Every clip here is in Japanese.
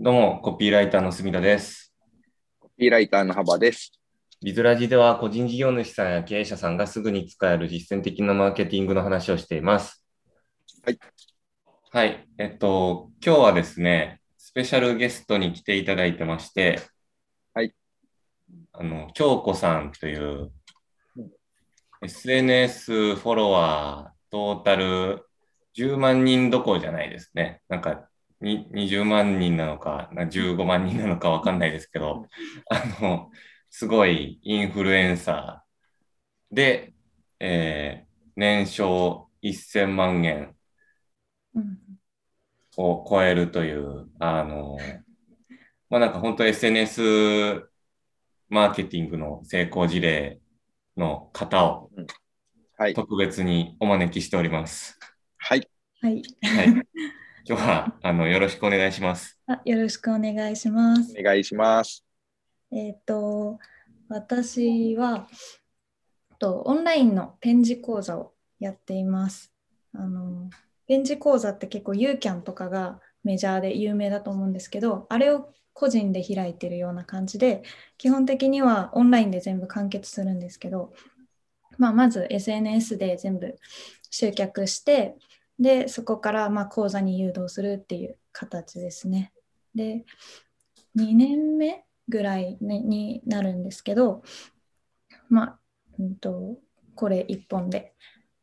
どうも、コピーライターの隅田です。ピーライターの幅です。ビズラジでは個人事業主さんや経営者さんがすぐに使える実践的なマーケティングの話をしています。はい。はい。えっと、今日はですね、スペシャルゲストに来ていただいてまして、はい。あの、京子さんというう、 SNS フォロワー、トータル10万人どころじゃないですね。なんか、に20万人なのか、な15万人なのかわかんないですけど、あの、すごいインフルエンサーで、えー年商1000万円うんを超えるという、あの、まあなんか本当 SNS マーケティングの成功事例の方をはい。特別にお招きしております。はい。はい、はい。今日は、あの、よろしくお願いします。あよろしくお願いします。お願いします。えっ、と私はとオンラインの展示講座をやっています。あの展示講座って結構 U キャンとかがメジャーで有名だと思うんですけど、あれを個人で開いてるような感じで、基本的にはオンラインで全部完結するんですけど、まあ、まず SNS で全部集客して、でそこからまあ講座に誘導するっていう形ですね。で2年目ぐらいねになるんですけど、まあうん、とこれ一本で、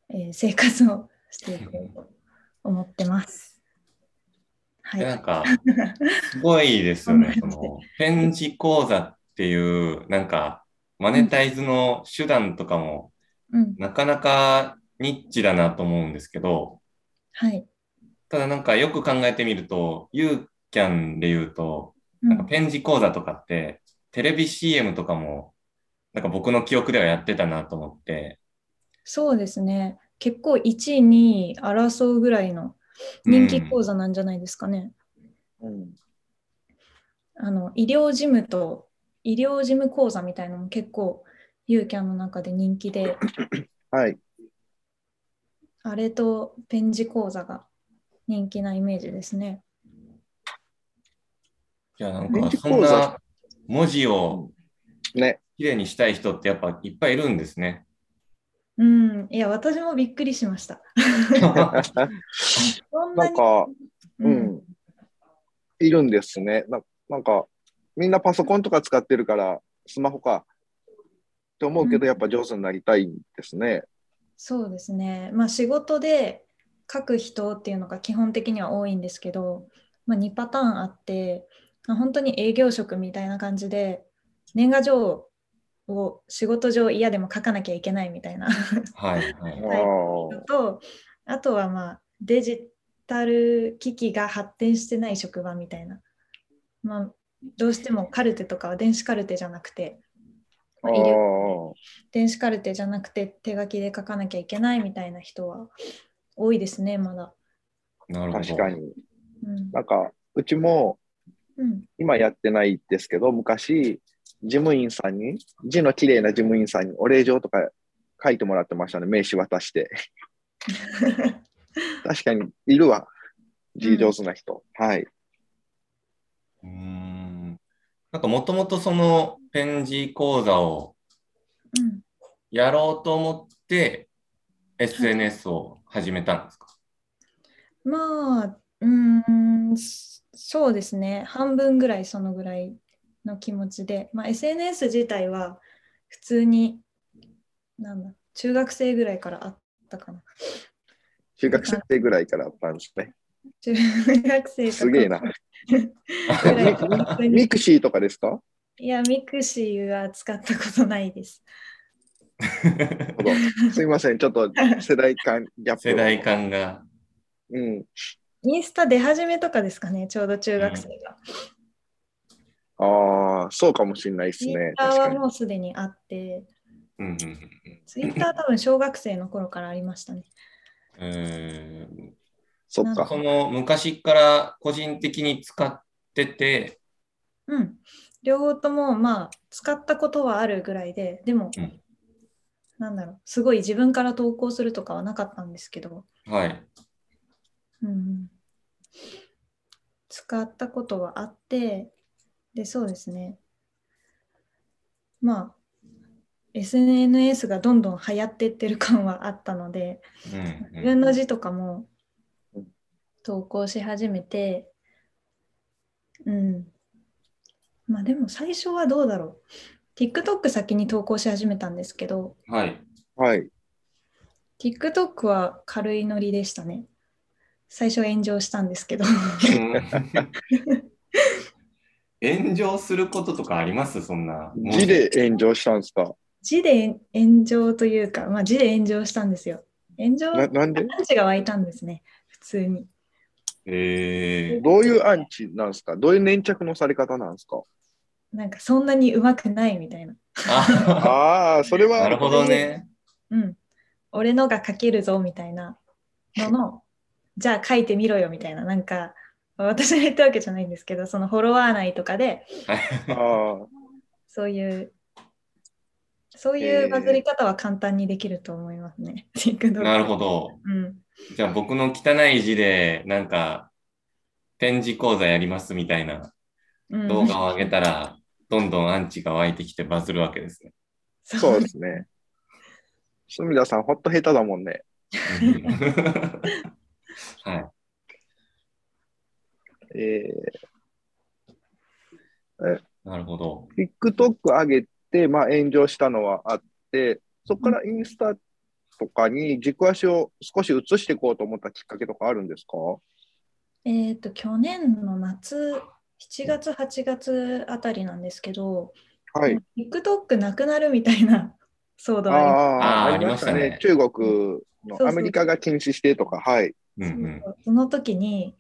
えー生活をしていこうと思ってます。はでなんい、か、すごいですよね。そ頑張っての、展示講座っていう、なんか、マネタイズの手段とかも、うんなかなかニッチだなと思うんですけど、はいただなんかよく考えてみると、ユーキャンで言うと、うなんかんペンジ講座とかって、テレビ CM とかも、なんか僕の記憶ではやってたなと思って、そうですね結構1位2位争うぐらいの人気講座なんじゃないですかね。うん。あの医療事務と医療事務講座みたいなのも結構 u キャンの中で人気ではい。あれとペン字講座が人気なイメージですね。いや、なんペンかジそん講座な文字をね。きれいにしたい人ってやっぱいっぱいいるんですね。 うん、いや私もびっくりしました。 そんななんにか、ううんん。いるんですね。ななんか、みんなパソコンとか使ってるから、スマホか。って思うけうんど、やっぱ上手になりたいんですね。そうですね。まあ仕事で書く人っていうのが基本的には多いんですけど、まあ、2パターンあって、まあ本当に営業職みたいな感じで年賀状を仕事上嫌でも書かなきゃいけないみたいなはい、はい。あはいのとあとはまあデジタル機器が発展してない職場みたいな、まあ、どうしてもカルテとかは電子カルテじゃなくて、あまあ医ー療電子カルテじゃなくて手書きで書かなきゃいけないみたいな人は多いですねまだ。なるほど。確か。に。うんなんか、うちも、うん 今やってないですけど、昔、事務員さんに、字の綺麗な事務員さんにお礼状とか書いてもらってましたね。名刺渡して。確かにいるわ。字上手な人。はい。うーん。なんかもともとそのペンジ講座をうんやろうと思って、SNS を始めたんですか まあうーんそそうですね半分ぐらいそのぐらいの気持ちで、まあ、SNS 自体は普通になんだ中学生ぐらいからあったかな中学生ぐらいからあったんですね。中学生すげえな。ぐらいから本当にミクシーとかですかいやミクシーは使ったことないですすいません。ちょっと世代間ギャップ。世代。間が。うん。インスタ出始めとかですかねちょうど中学生が、ああ、そうかもしれないですツイねッ。タ確ーかはに。もうすでにあってうんうんうんツイッター多分小学生の頃からありましたねえーそそっか。の昔から個人的に使ってて、うん、両方ともまあ使ったことはあるぐらいででも、うんなんだろうすごい自分から投稿するとかはなかったんですけど、はい。うん、使ったことはあって、で、そうですね。まあ、SNS がどんどん流行ってってる感はあったので、うん自うん分の字とかもうん投稿し始めて、うん。まあでも最初はどうだろう。TikTok 先に投稿し始めたんですけど、はい。はい。 TikTok は軽いノリでしたね。最初は炎上したんですけど。 炎上することとかありますそんな。もう字で炎上したんですか字で炎上というか、まあ字で炎上したんですよ。炎上、なアンなんでチが湧いたんですね、普通に。えどういうアンチなんですかどういう粘着のされ方なんですかなんかそんなにうまくないみたいな。ー、 あああ、それなるは、ほどね。うん。俺のが書けるぞみたいなのの、 じゃあ書いてみろよみたいな、なんか、私が言ったわけじゃないんですけど、そのフォロワー内とかで、あーそういう、そういうバズり方は簡単にできると思いますね。TikTok なるほど。うん。じゃあ僕の汚い字で、なんか、展示講座やりますみたいなうん、動 画を上げたら、どんどんアンチが湧いてきてバズるわけですね。そうですね。住田さん、ほっと下手だもんね。はい。えなるほど。ー、TikTok 上げて、まあ、炎上したのはあって、そこからインスタとかに軸足を少し移していこうと思ったきっかけとかあるんですかえっと、去年の夏、7月、8月あたりなんですけど、はい。 TikTok なくなるみたいな騒動ああああーー、ありましたありまね。し中国そうそうのアメリカが禁止してとか、はい。うんりうましんた。その時に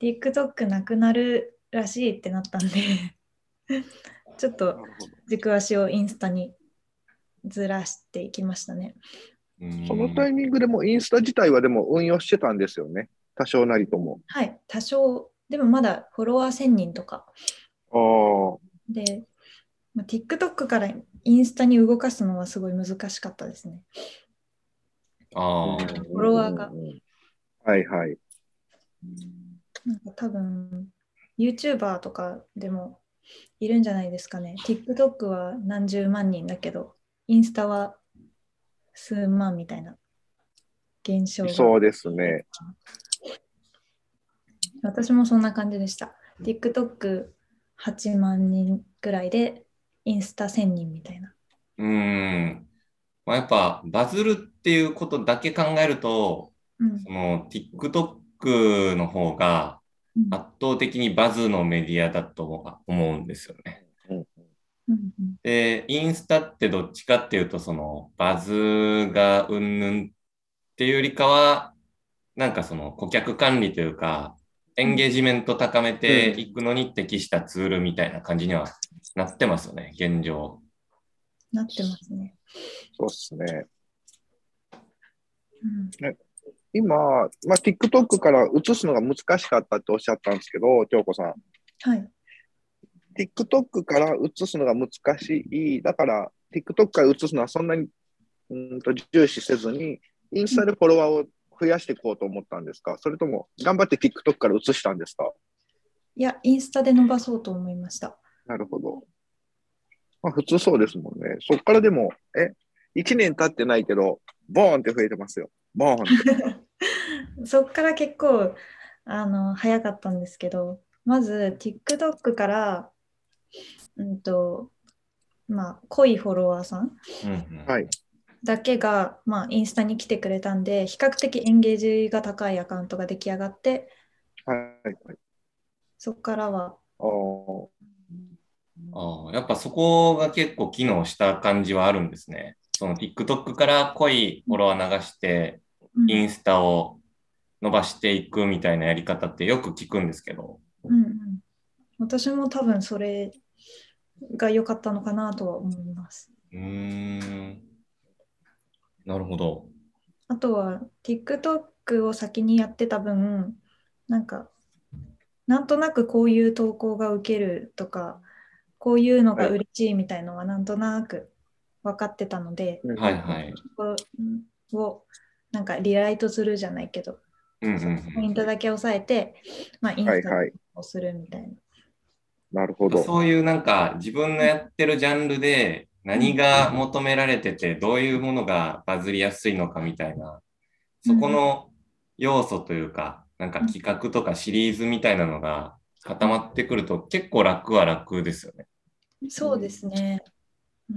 TikTok なくなるらしいってなったんで ちょっと軸足をインスタにずらしていきましたね。うんそのタイミングでもインスタ自体はでも運用してたんですよね。多少なりとも。はい、多少、でもまだフォロワー1000人とか。あで、まあ、TikTok からインスタに動かすのはすごい難しかったですね。ああ。あ。ォロワーがうん。はいはい。なんか多分 YouTuber とかでもいるんじゃないですかね。TikTok は何十万人だけど、インスタは数万みたいな現象がそうですね。私もそんな感じでした。TikTok8 万人ぐらいで、インスタ1000人みたいな。うん。まあ、やっぱ、バズるっていうことだけ考えると、うんその TikTok の方がうん圧倒的にバズのメディアだと思う思うんですよね。うんうんうんで、インスタってどっちかっていうと、そのバズがうんぬんっていうよりかは、なんかその顧客管理というか、エンゲージメント高めていくのに適したツールみたいな感じにはなってますよね、現状。なってますね。そうですね。うん今、まあ、TikTok から移すのが難しかったっておっしゃったんですけど、京子さん。はい。 TikTok から移すのが難しい。だから、TikTok から移すのはそんなにうーんと重視せずに、インスタでフォロワーを増やしていこうと思ったんですかそれとも、頑張って TikTok から移したんですかいや、インスタで伸ばそうと思いました。なるほど。まあ、普通そうですもんね。そこからでも、え、1年経ってないけど、ボーンって増えてますよ。ボーンって。そっから結構あの早かったんですけど、まず TikTok から、うんとまあ、濃いフォロワーさんうんうんはい。だけが、まあ、インスタに来てくれたんで、比較的エンゲージが高いアカウントが出来上がって、はい。そこからは、あーああ、やっぱそこが結構機能した感じはあるんですね。その TikTok から濃いフォロワー流して、うんインスタを伸ばしていくみたいなやり方ってよく聞くんですけど。うんうん、私も多分それが良かったのかなとは思います。うーん。なるほど。あとは TikTok を先にやってた分、なんか、なんとなくこういう投稿が受けるとか、こういうのが嬉しいみたいのはなんとなく分かってたので、はいはい。そこをなんかリライトするじゃないけど、うんうんポイントだけ押さえて、まあ、インはいスタはい。をするみたいな。なるほうん、ど。そういうなんか自分のやってるジャンルで何が求められててどういうものがバズりやすいのかみたいなそこの要素というかなんか企画とかシリーズみたいなのが固まってくると結構楽は楽ですよね。そうですね。う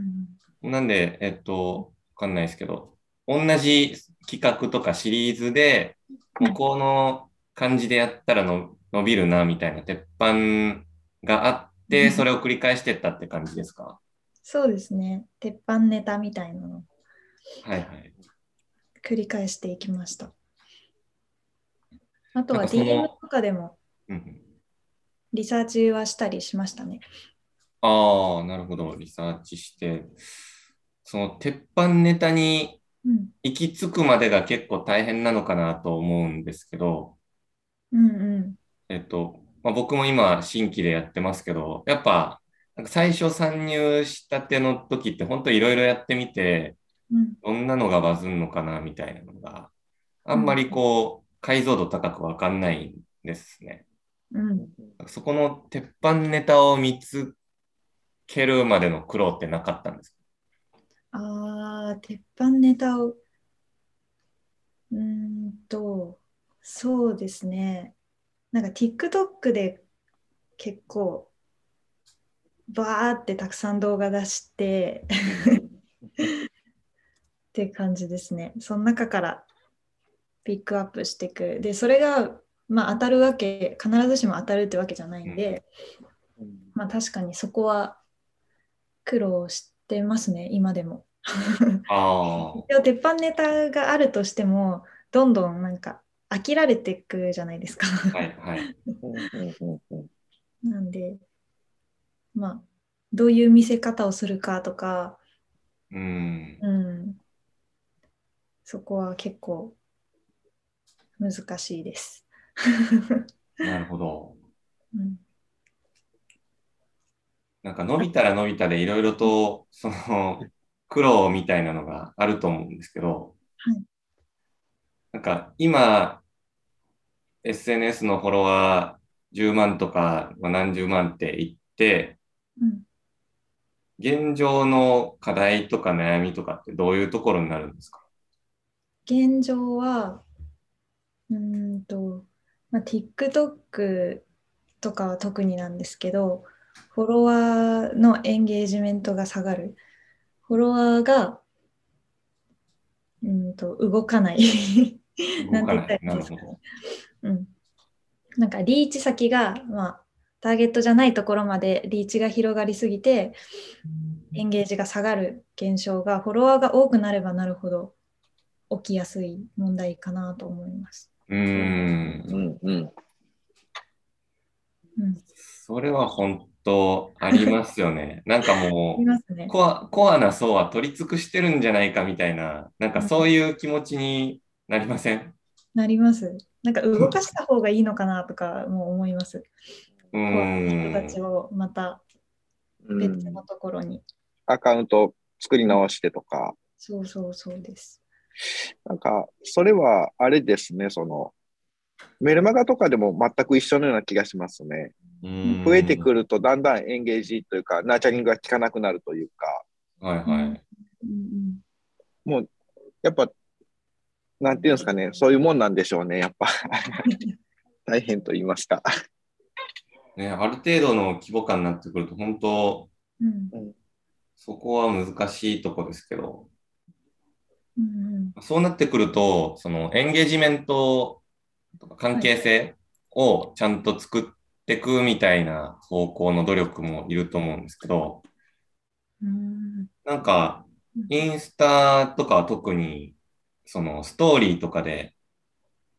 んなんで、えっと、わかんないですけど、同じ企画とかシリーズで、うん向こうの感じでやったらの伸びるな、みたいな鉄板があっうて、んそれを繰り返してったって感じですか、そうですね。鉄板ネタみたいなのをはいはい。繰り返していきました。あとなはんかその DM とかでもうんうんリサーチはしたりしましたね。ああ、なるほど。リサーチして、その鉄板ネタにうん、行き着くまでが結構大変なのかなと思うんですけど、うん、うん。えっと、まあ、僕も今、新規でやってますけど、やっぱ、なんか最初参入したての時って、本当いろいろやってみて、うん、どんなのがバズるのかな、みたいなのが、あんまりこう、解像度高くわかんないんですね。うん、そこの鉄板ネタを見つけるまでの苦労ってなかったんですかああ、鉄板ネタを。うーんと、そうですね。なんか TikTok で結構、バーってたくさん動画出して、って感じですね。その中からピックアップしていく。で、それが、まあ、当たるわけ、必ずしも当たるってわけじゃないんで、まあ、確かにそこは苦労してますね、今でも。ああ、一応鉄板ネタがあるとしてもどんどんなんか飽きられていくじゃないですか。はいはい。うんうんうんうん なんでまあどういう見せ方をするかとか、うん。うん、そこは結構難しいです。なるほど。うん、なんか伸びたら伸びたでいろいろとその苦労みたいなのがあると思うんですけど、はいなんか今 SNS のフォロワー10万とかまあ何十万って言ってうん、現状の課題とか悩みとかってどういうところになるんですか現状はうーんと、まあ、TikTok とかは特になんですけどフォロワーのエンゲージメントが下がるフォロワーがうーんと動かない動かなんない。て言なったらいいんるですほかねど。うん、なんかリーチ先が、まあ、ターゲットじゃないところまでリーチが広がりすぎてエンゲージが下がる現象がフォロワーが多くなればなるほど起きやすい問題かなと思います。うーん。うんうんうん、それは本当ありますよね。なんかもうありますね。コアコアな層は取り尽くしてるんじゃないかみたいな、なんかそういう気持ちになりませんなります。なんか動かした方がいいのかなとかも思います。うこう人たーちん。をまたうん別のところに。アカウント作り直してとか、そうそうそうです。なんか、それはあれですね、その、メルマガとかでも全く一緒のような気がしますね。うん増えてくると、だんだんエンゲージというか、ナーチャリングが効かなくなるというか、はいはい。うんやっぱ、なんていうんですかね、そういうもんなんでしょうね、や っぱ。大変と言いますか。ね、ある程度の規模感になってくると、本当、うんうんそこは難しいとこですけど、うんうんそうなってくると、そのエンゲージメントとか関係性をちゃんと作っていくみたいな方向の努力もいると思うんですけど、うんなんかうん、インスタとかは特に、そのストーリーとかで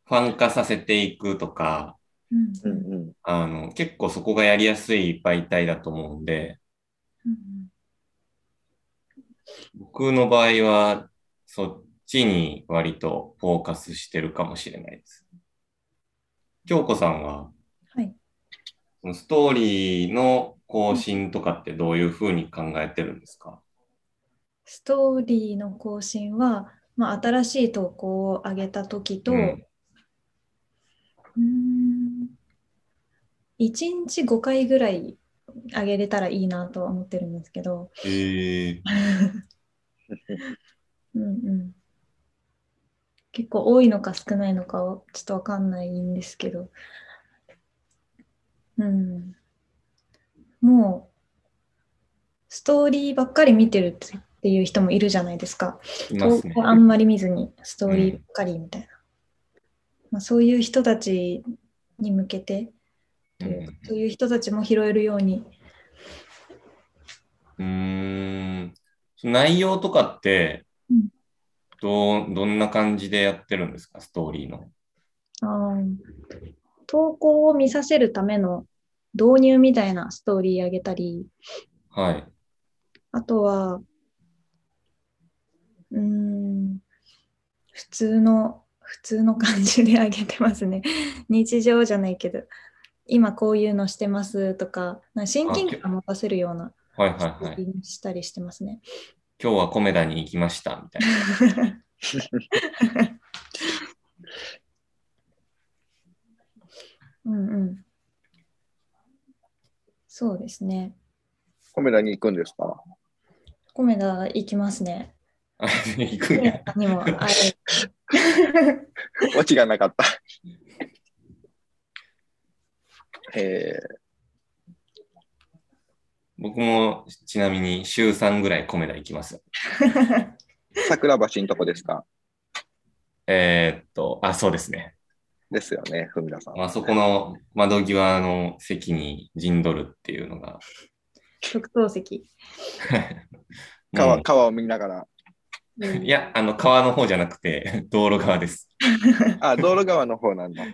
ファン化させていくとか、うんうんうん。あの、結構そこがやりやすい媒体だと思うんで、うん僕の場合は、そっちに割とフォーカスしてるかもしれないです。京子さんは、はいそのストーリーの更新とかってどういうふうに考えてるんですかストーリーの更新は、まあ、新しい投稿を上げた時と、うんうん1日5回ぐらい上げれたらいいなとは思ってるんですけど、ええうんうん、結構多いのか少ないのかをちょっとわかんないんですけど、うん、もうストーリーばっかり見てるっていう人もいるじゃないですか。いま投すね。稿あんまり見ずにストーリーばっかりみたいな、まあ、そういう人たちに向けてというか、そういう人たちも拾えるようにうん。うーん内容とかってうん、どう、どんな感じでやってるんですか、ストーリーの。あー投稿を見させるための導入みたいなストーリーあげたりはい。あとはうーん普通の普通の感じであげてますね 日常じゃないけど今こういうのしてますとかなんか親近感持たせるようなはいはいはい。したりしてますね。今日はコメダに行きました、みたいな。うんうん。そうですね。コメダに行くんですかコメダ行きますね。あ行くコ んやメ。ダにもある。オチがなか った。え僕もちなみに週3ぐらいコメダ行きます。ー、桜橋のとこですかえーっと、あ、そうですね。ですよね、文田さん。あそこの窓際の席に陣取るっていうのが。 特等席。も川う川を見ながら。うんいや、あの、川の方じゃなくて、 道路側 です。あ、道路側の方なんだ。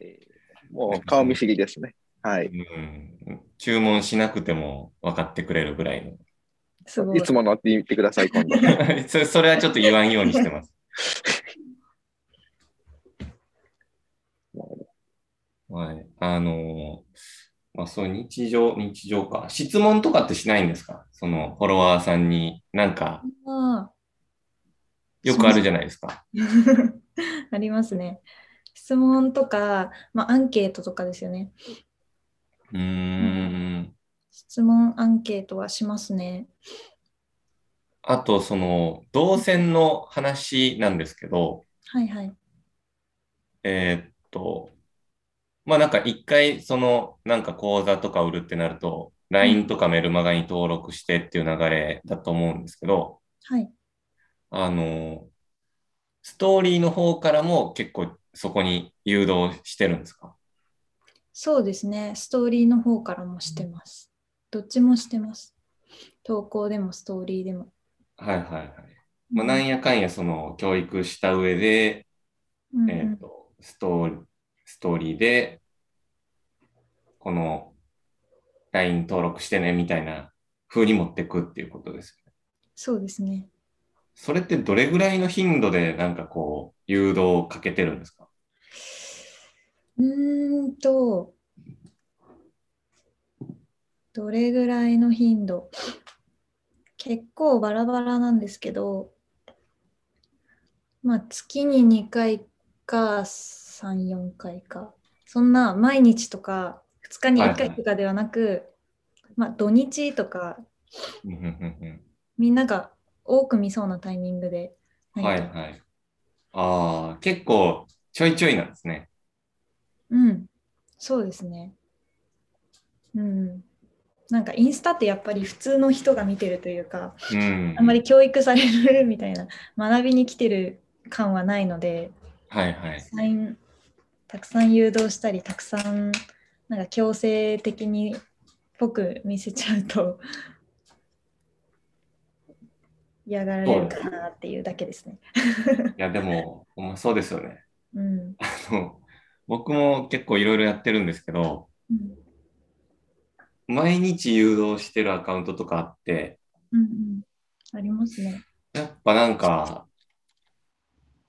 えーもう顔見知りですね。はい。うん、注文しなくても分かってくれるぐらいすごいいつものって言ってください、今度。の。それそれはちょっと言わんようにしてます。 はい。あのーまあ、そう、日常、日常か。質問とかってしないんですかその、フォロワーさんに、なんか、あよくあるじゃないですか。ー ありますね。質問とか、まあ、アンケートとかですよね。うーん。質問アンケートはしますね。あと、その、動線の話なんですけど、はいはい。えーっと、まあなんか一回そのなんか講座とか売るってなると、LINE とかメルマガに登録してっていう流れだと思うんですけど、はい。あの、ストーリーの方からも結構そこに誘導してるんですかそうですね。ストーリーの方からもしてます。どっちもしてます。投稿でもストーリーでも。はいはいはい。まあなんやかんやその教育した上で、うんうんえーっと、ストーリー、ストーリーで、この LINE 登録してねみたいな風に持ってくっていうことですよねそうですね。それってどれぐらいの頻度でなんかこう誘導をかけてるんですかうーんと、どれぐらいの頻度結構バラバラなんですけど、まあ月に2回か3、4回か。そんな毎日とか2日に1はい回はいとかではなく、まあ土日とかうんうんみんなが多く見そうなタイミングでうんう投んげはいて、はい。ああ、結構ちょいちょいなんですね。うん、そうですね。うん。なんかインスタってやっぱり普通の人が見てるというか、うん。あんまり。教育されるみたいな、学びに来てる感はないので、はいはい。サインたくさん誘導したり、たくさんなんか強制的にっぽく見せちゃうと嫌がられるかなっていうだけですね。いやでも、ほんまそうですよね。 うん。あの僕も結構いろいろやってるんですけど、うん毎日誘導してるアカウントとかあって、うんうん。ありますね。やっぱなんか、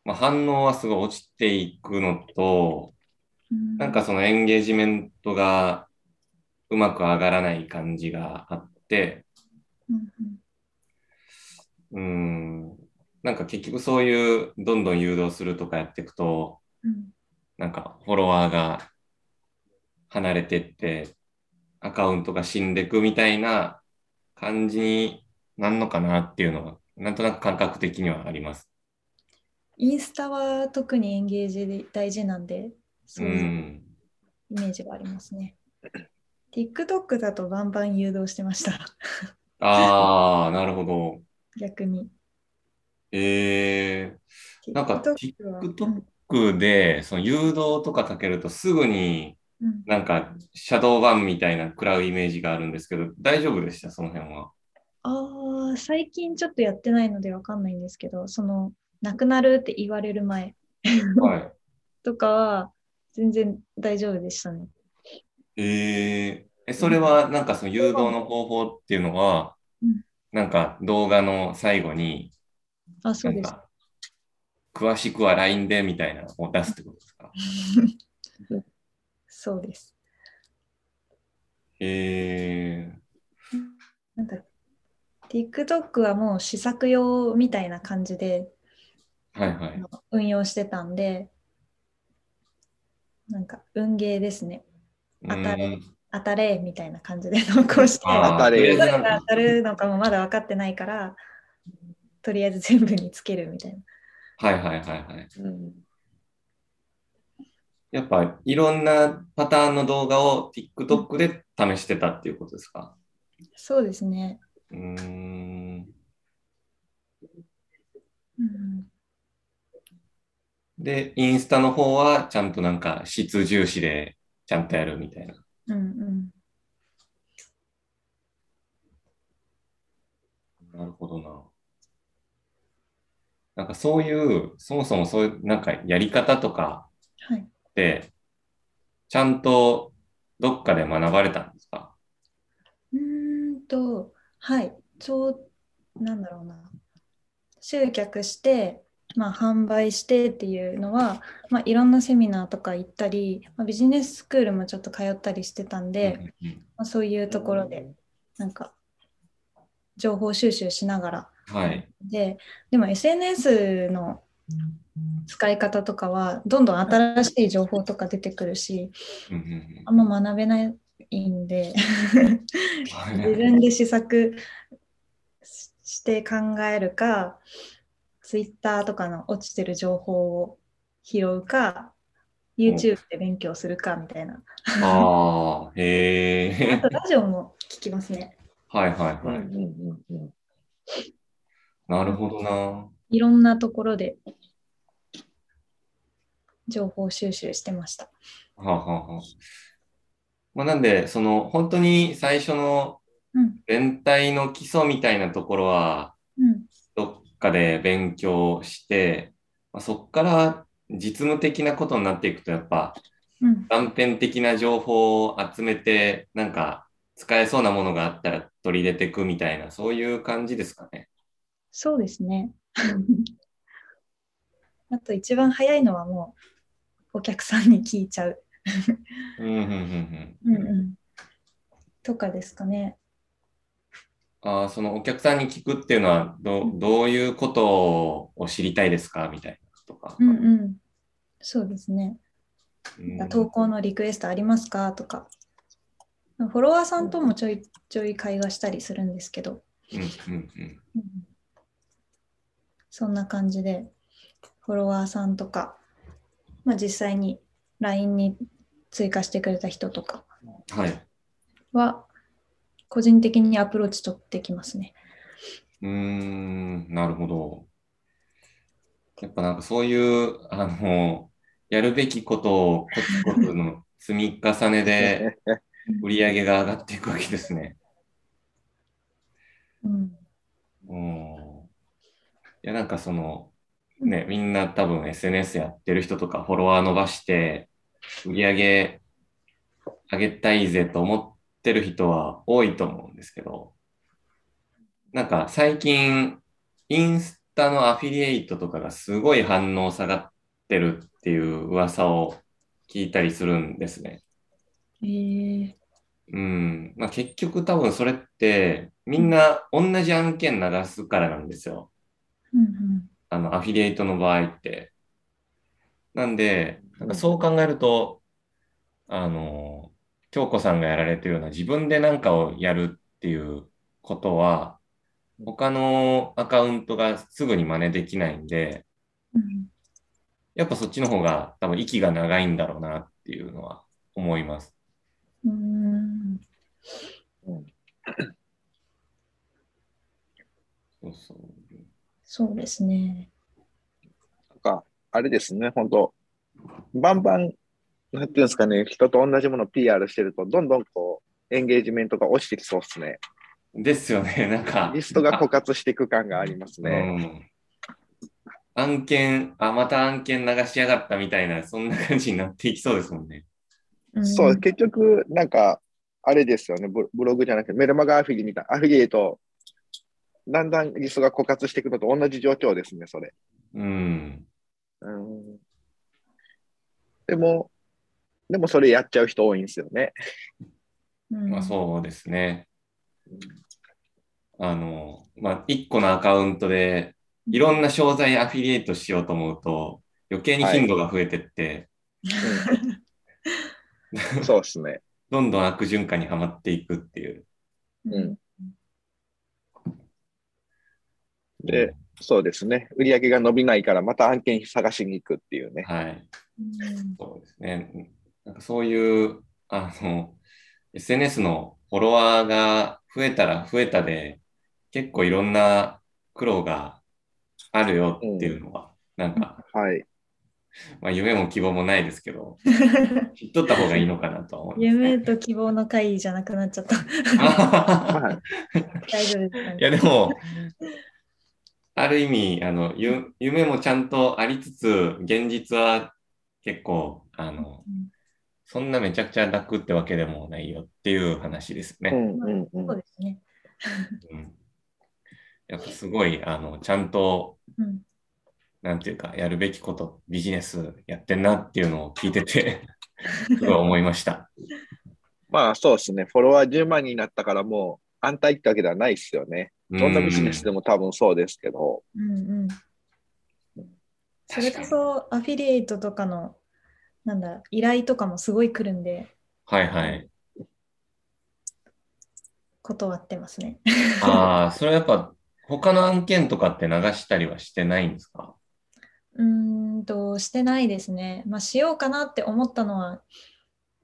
まあ、反応はすごい落ちていくのと、うんなんかそのエンゲージメントがうまく上がらない感じがあって、うんうーん、なんか結局そういうどんどん誘導するとかやっていくと、うんなんかフォロワーが離れてって、アカウントが死んでくみたいな感じになんのかなっていうのは、なんとなく感覚的にはあります。インスタは特にエンゲージで大事なんで、う。そういううんイメージがありますね。TikTok だとバンバン誘導してました、 ああ、なるほど。逆に。ええなんか TikTok は TikTok で、その誘導とかかけるとすぐにうんなんかシャドーバンみたいな食らうイメージがあるんですけど、大丈夫でした、その辺は。ああ、最近ちょっとやってないのでわかんないんですけど、その、なくなるって言われる前はい。とかは、全然大丈夫でしたね。えええ、それはなんかその誘導の方法っていうのはうん、なんか動画の最後に、あ、そなうんです。か、詳しくは LINE でみたいなのを出すってことですか。そうです。ええなんか、TikTok はもう試作用みたいな感じではいはい。運用してたんで、なんか、運ゲーですね。当たるうん当たれみたいな感じで 投稿して、あー当たれとりあえずどれなんがか当たるのかもまだ分かってないから、とりあえず全部につけるみたいな。はいはいはいはい。うんやっぱいろんなパターンの動画を TikTok で試してたっていうことですか。そうですね。うーん。うんで、インスタの方はちゃんとなんか質重視でちゃんとやるみたいな。うんうん、なるほどな。なんかそういう、そもそもそういうなんかやり方とかはい。って、ちゃんとどっかで学ばれたんですかうーんと、はい。ちょう、なんだろうな。集客して、まあ、販売してっていうのは、まあ、いろんなセミナーとか行ったり、まあ、ビジネススクールもちょっと通ったりしてたんで、うんうんまあ、そういうところで、なんか、情報収集しながらうんはい。で、でも SNS の使い方とかは、どんどん新しい情報とか出てくるし、うんうんあんま学べないんで、うん自分で試作しして考えるか、ツイッターとかの落ちてる情報を拾うか、YouTube で勉強するかみたいな。ああ、へあえ。とラジオも聞きますね。はいはいうんはうい。んうんうんなるほどな。いろんなところで情報収集してました。はあ、はあはあまあ、なんで、その本当に最初のうん。全体の基礎みたいなところは、うん。どっかで勉強して、まあ、そこから実務的なことになっていくと、やっぱうん。断片的な情報を集めて、なんか使えそうなものがあったら取り入れていくみたいな、そういう感じですかね。そうですね。 あと一番早いのはもうお客さんに聞いちゃう。うんうんうんうん。うんうん。とかですかね。ああ、そのお客さんに聞くっていうのはど、どういうことを知りたいですかみたいなことか。うんうん。そうですね。うん投稿のリクエストありますかとか。フォロワーさんともちょいちょい会話したりするんですけど、うんうんうんそんな感じで、フォロワーさんとか、まあ、実際に LINE に追加してくれた人とかはい。は、個人的にアプローチ取ってきますね。うーん、なるほど。やっぱなんかそういう、あの、やるべきことをコツコツの積み重ねで売り上げが上がっていくわけですね。うん、うん。いや、なんかその、ね、みんな多分 SNS やってる人とかフォロワー伸ばして売り上げ上げたいぜと思ってる人は多いと思うんですけど、なんか最近インスタのアフィリエイトとかがすごい反応下がってるっていう噂を聞いたりするんですね。えー、うん。まあ結局多分それってみんな同じ案件流すからなんですよ。うんあの、アフィリエイトの場合って。なんで、なんかそう考えると、あの、京子さんがやられてるような自分で何かをやるっていうことは、他のアカウントがすぐに真似できないんで、うんやっぱそっちの方が多分息が長いんだろうなっていうのは思います。うーんそうそう。そうですね。なんか、あれですね、本当バンバン、なんていうんですかね、人と同じものを PR してると、どんどんこう、エンゲージメントが落ちてきそうですね。ですよね、 なんか。リストが枯渇していく感がありますね。うん、案件、あ、また案件流しやがったみたいな、そんな感じになっていきそうですもんね。んそう、結局、なんか、あれですよね、ブブログじゃなくて、メルマガアフィリみたいな、アフィリエイト、だんだんリストが枯渇していくのと同じ状況ですね、それ。うん。うん、でも、でもそれやっちゃう人多いんですよね。うんまあそうですね。あの、まあ一個のアカウントで、いろんな商材アフィリエイトしようと思うと、余計に頻度が増えてって、うん、 そうですね。どんどん悪循環にはまっていくっていう。うんで、そうですね。売り上げが伸びないから、また案件探しに行くっていうね。はい。うんそうですね。なんかそういう、あの、SNS のフォロワーが増えたら増えたで、結構いろんな苦労があるよっていうのは、なんか、はい。まあ、夢も希望もないですけど、知っとった方がいいのかなとは思います、夢と希望の会じゃなくなっちゃ った。まあ、大丈夫ですかねいや、でも、ある意味、あの、ゆ夢もちゃんとありつつ、現実は結構、あの、うんそんなめちゃくちゃ楽ってわけでもないよっていう話ですうね。んうんう。そうんですね。うんやっぱすごい、あの、ちゃんと、うんなんていうか、やるべきこと、ビジネスやってんなっていうのを聞いてて、 すごい思いました。まあ、そうですね。フォロワー10万になったから、もう安泰ってわけではないですよね。どんなビジネスでも。も多分そうですけど。うんうんそれこそアフィリエイトとかのなんだ依頼とかもすごい来るんではいはい。断ってますね。 ああ、それはやっぱ、他の案件とかって流したりはしてないんですかうーんとしてないですね。まあしようかなって思ったのは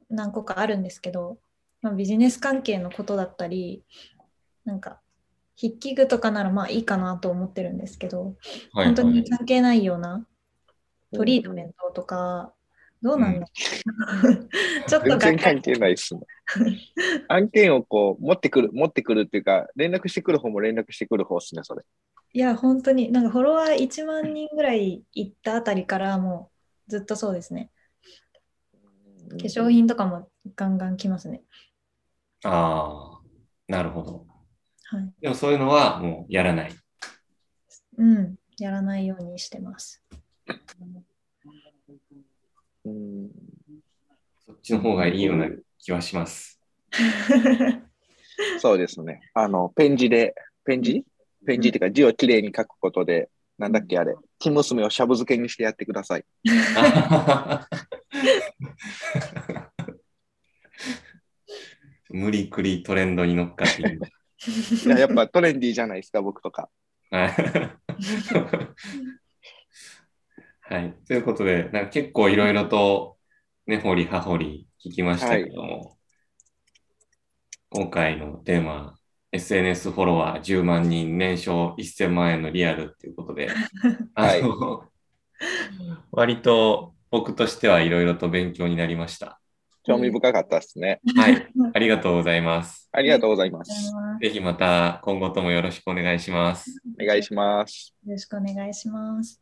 何個かあるんですけど、まあ、ビジネス関係のことだったりなんか筆記具とかならまあいいかなと思ってるんですけど、はい、本当はにい。関係ないようなトリートメントとか、どうなんだろう、 ちょっと全が然っかり関係ないですね。案件をこう、持ってくる、持ってくるっていうか、連絡してくる方も連絡してくる方ですね、それ。いや、本当に、なんかフォロワー1万人ぐらいいったあたりから、もうずっとそうですね。化化粧品とかもガンガン来ますね。ああ、なるほど。はい。でもそういうのはもうやらない。うん、やらないようにしてます。うんそっちの方がいいような気はし ます。そうですね。あの、ペン字で、ペン字ペン字っていうか字をきれいに書くことで、なんだっけあれ、生娘をしゃぶ漬けにしてやってください。無理くりトレンドに乗っかっている。いややっぱトレンディーじゃないですか、僕とか。 はいはい。ということで、なんか結構いろいろと根掘り葉掘り聞きましたけども、今回のテーマ、SNS フォロワー10万人、年商1000万円のリアルっていうことで、あの割と僕としてはいろいろと勉強になりました。興味深かったですね。 はい。ありがとうございます。ありがとうございます。ぜひまた今後ともよろしくお願いします。お願いします。よろしくお願いします。